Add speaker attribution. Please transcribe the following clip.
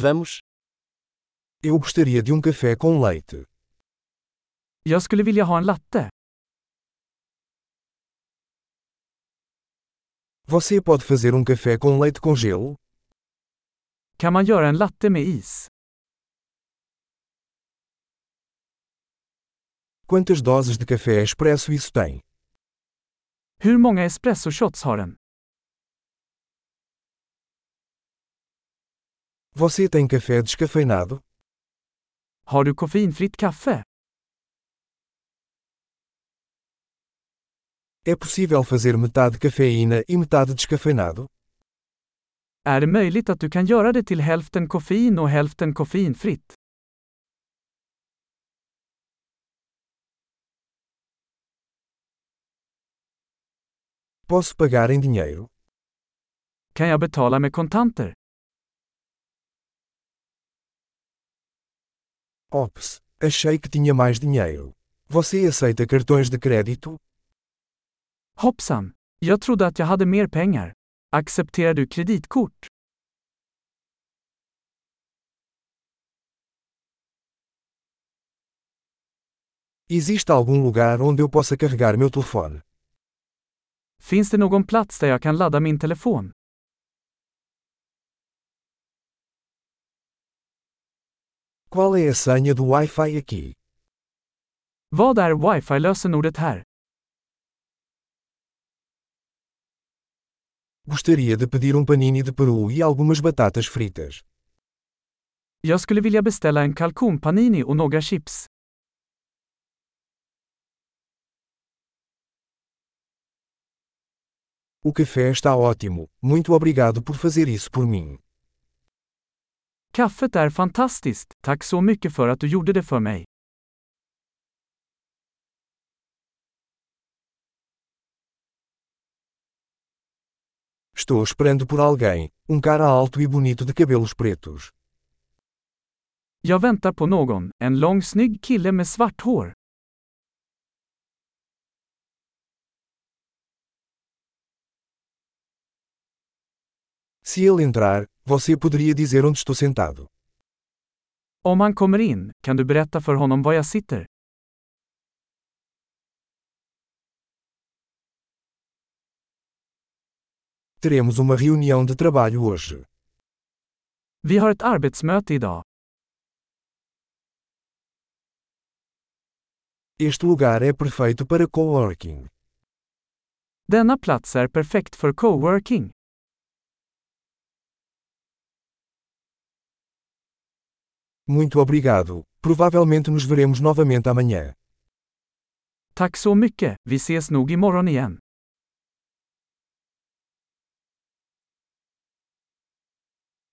Speaker 1: Vamos.
Speaker 2: Eu gostaria de um café com leite.
Speaker 3: Jag skulle vilja ha en latte.
Speaker 2: Você pode fazer um café com leite com gelo?
Speaker 3: Kan man göra en latte med is?
Speaker 2: Quantas doses de café expresso isso tem?
Speaker 3: Hur många espressoshots har den?
Speaker 2: Você tem café descafeinado?
Speaker 3: Har du koffeinfritt kaffe?
Speaker 2: É possível fazer metade cafeína e metade descafeinado?
Speaker 3: Är det möjligt att du kan göra det till hälften koffein och hälften koffeinfritt?
Speaker 2: Posso pagar em dinheiro?
Speaker 3: Kan jag betala med kontanter?
Speaker 2: Ops, achei que tinha mais dinheiro. Você aceita cartões de crédito?
Speaker 3: Hoppsan! Jag trodde att jag hade mer pengar. Accepterar du kreditkort?
Speaker 2: Existe algum lugar onde eu possa carregar meu telefone?
Speaker 3: Finns det någon plats där jag kan ladda min telefon?
Speaker 2: Qual é a senha do Wi-Fi aqui?
Speaker 3: Vad är wifi-lösenordet här?
Speaker 2: Gostaria de pedir um panini de peru e algumas batatas fritas.
Speaker 3: Jag skulle vilja beställa en kalkonpanini och några chips.
Speaker 2: O café está ótimo. Muito obrigado por fazer isso por mim.
Speaker 3: Kaffet är fantastiskt, tack så mycket för att du gjorde det för mig.
Speaker 2: Estou esperando por alguém, um cara alto e bonito de cabelos pretos.
Speaker 3: Jag väntar på någon, en lång snygg kille med svart hår.
Speaker 2: Se ele entrar, você poderia dizer onde estou sentado.
Speaker 3: Om han kommer in, kan du berätta för honom var jag sitter?
Speaker 2: Teremos uma reunião de trabalho hoje.
Speaker 3: Vi har ett arbetsmöte idag.
Speaker 2: Este lugar é perfeito para coworking.
Speaker 3: Denna plats är perfekt för coworking.
Speaker 2: Muito obrigado. Provavelmente nos veremos novamente amanhã.
Speaker 3: Tack så mycket, vi ses nog imorgon igen.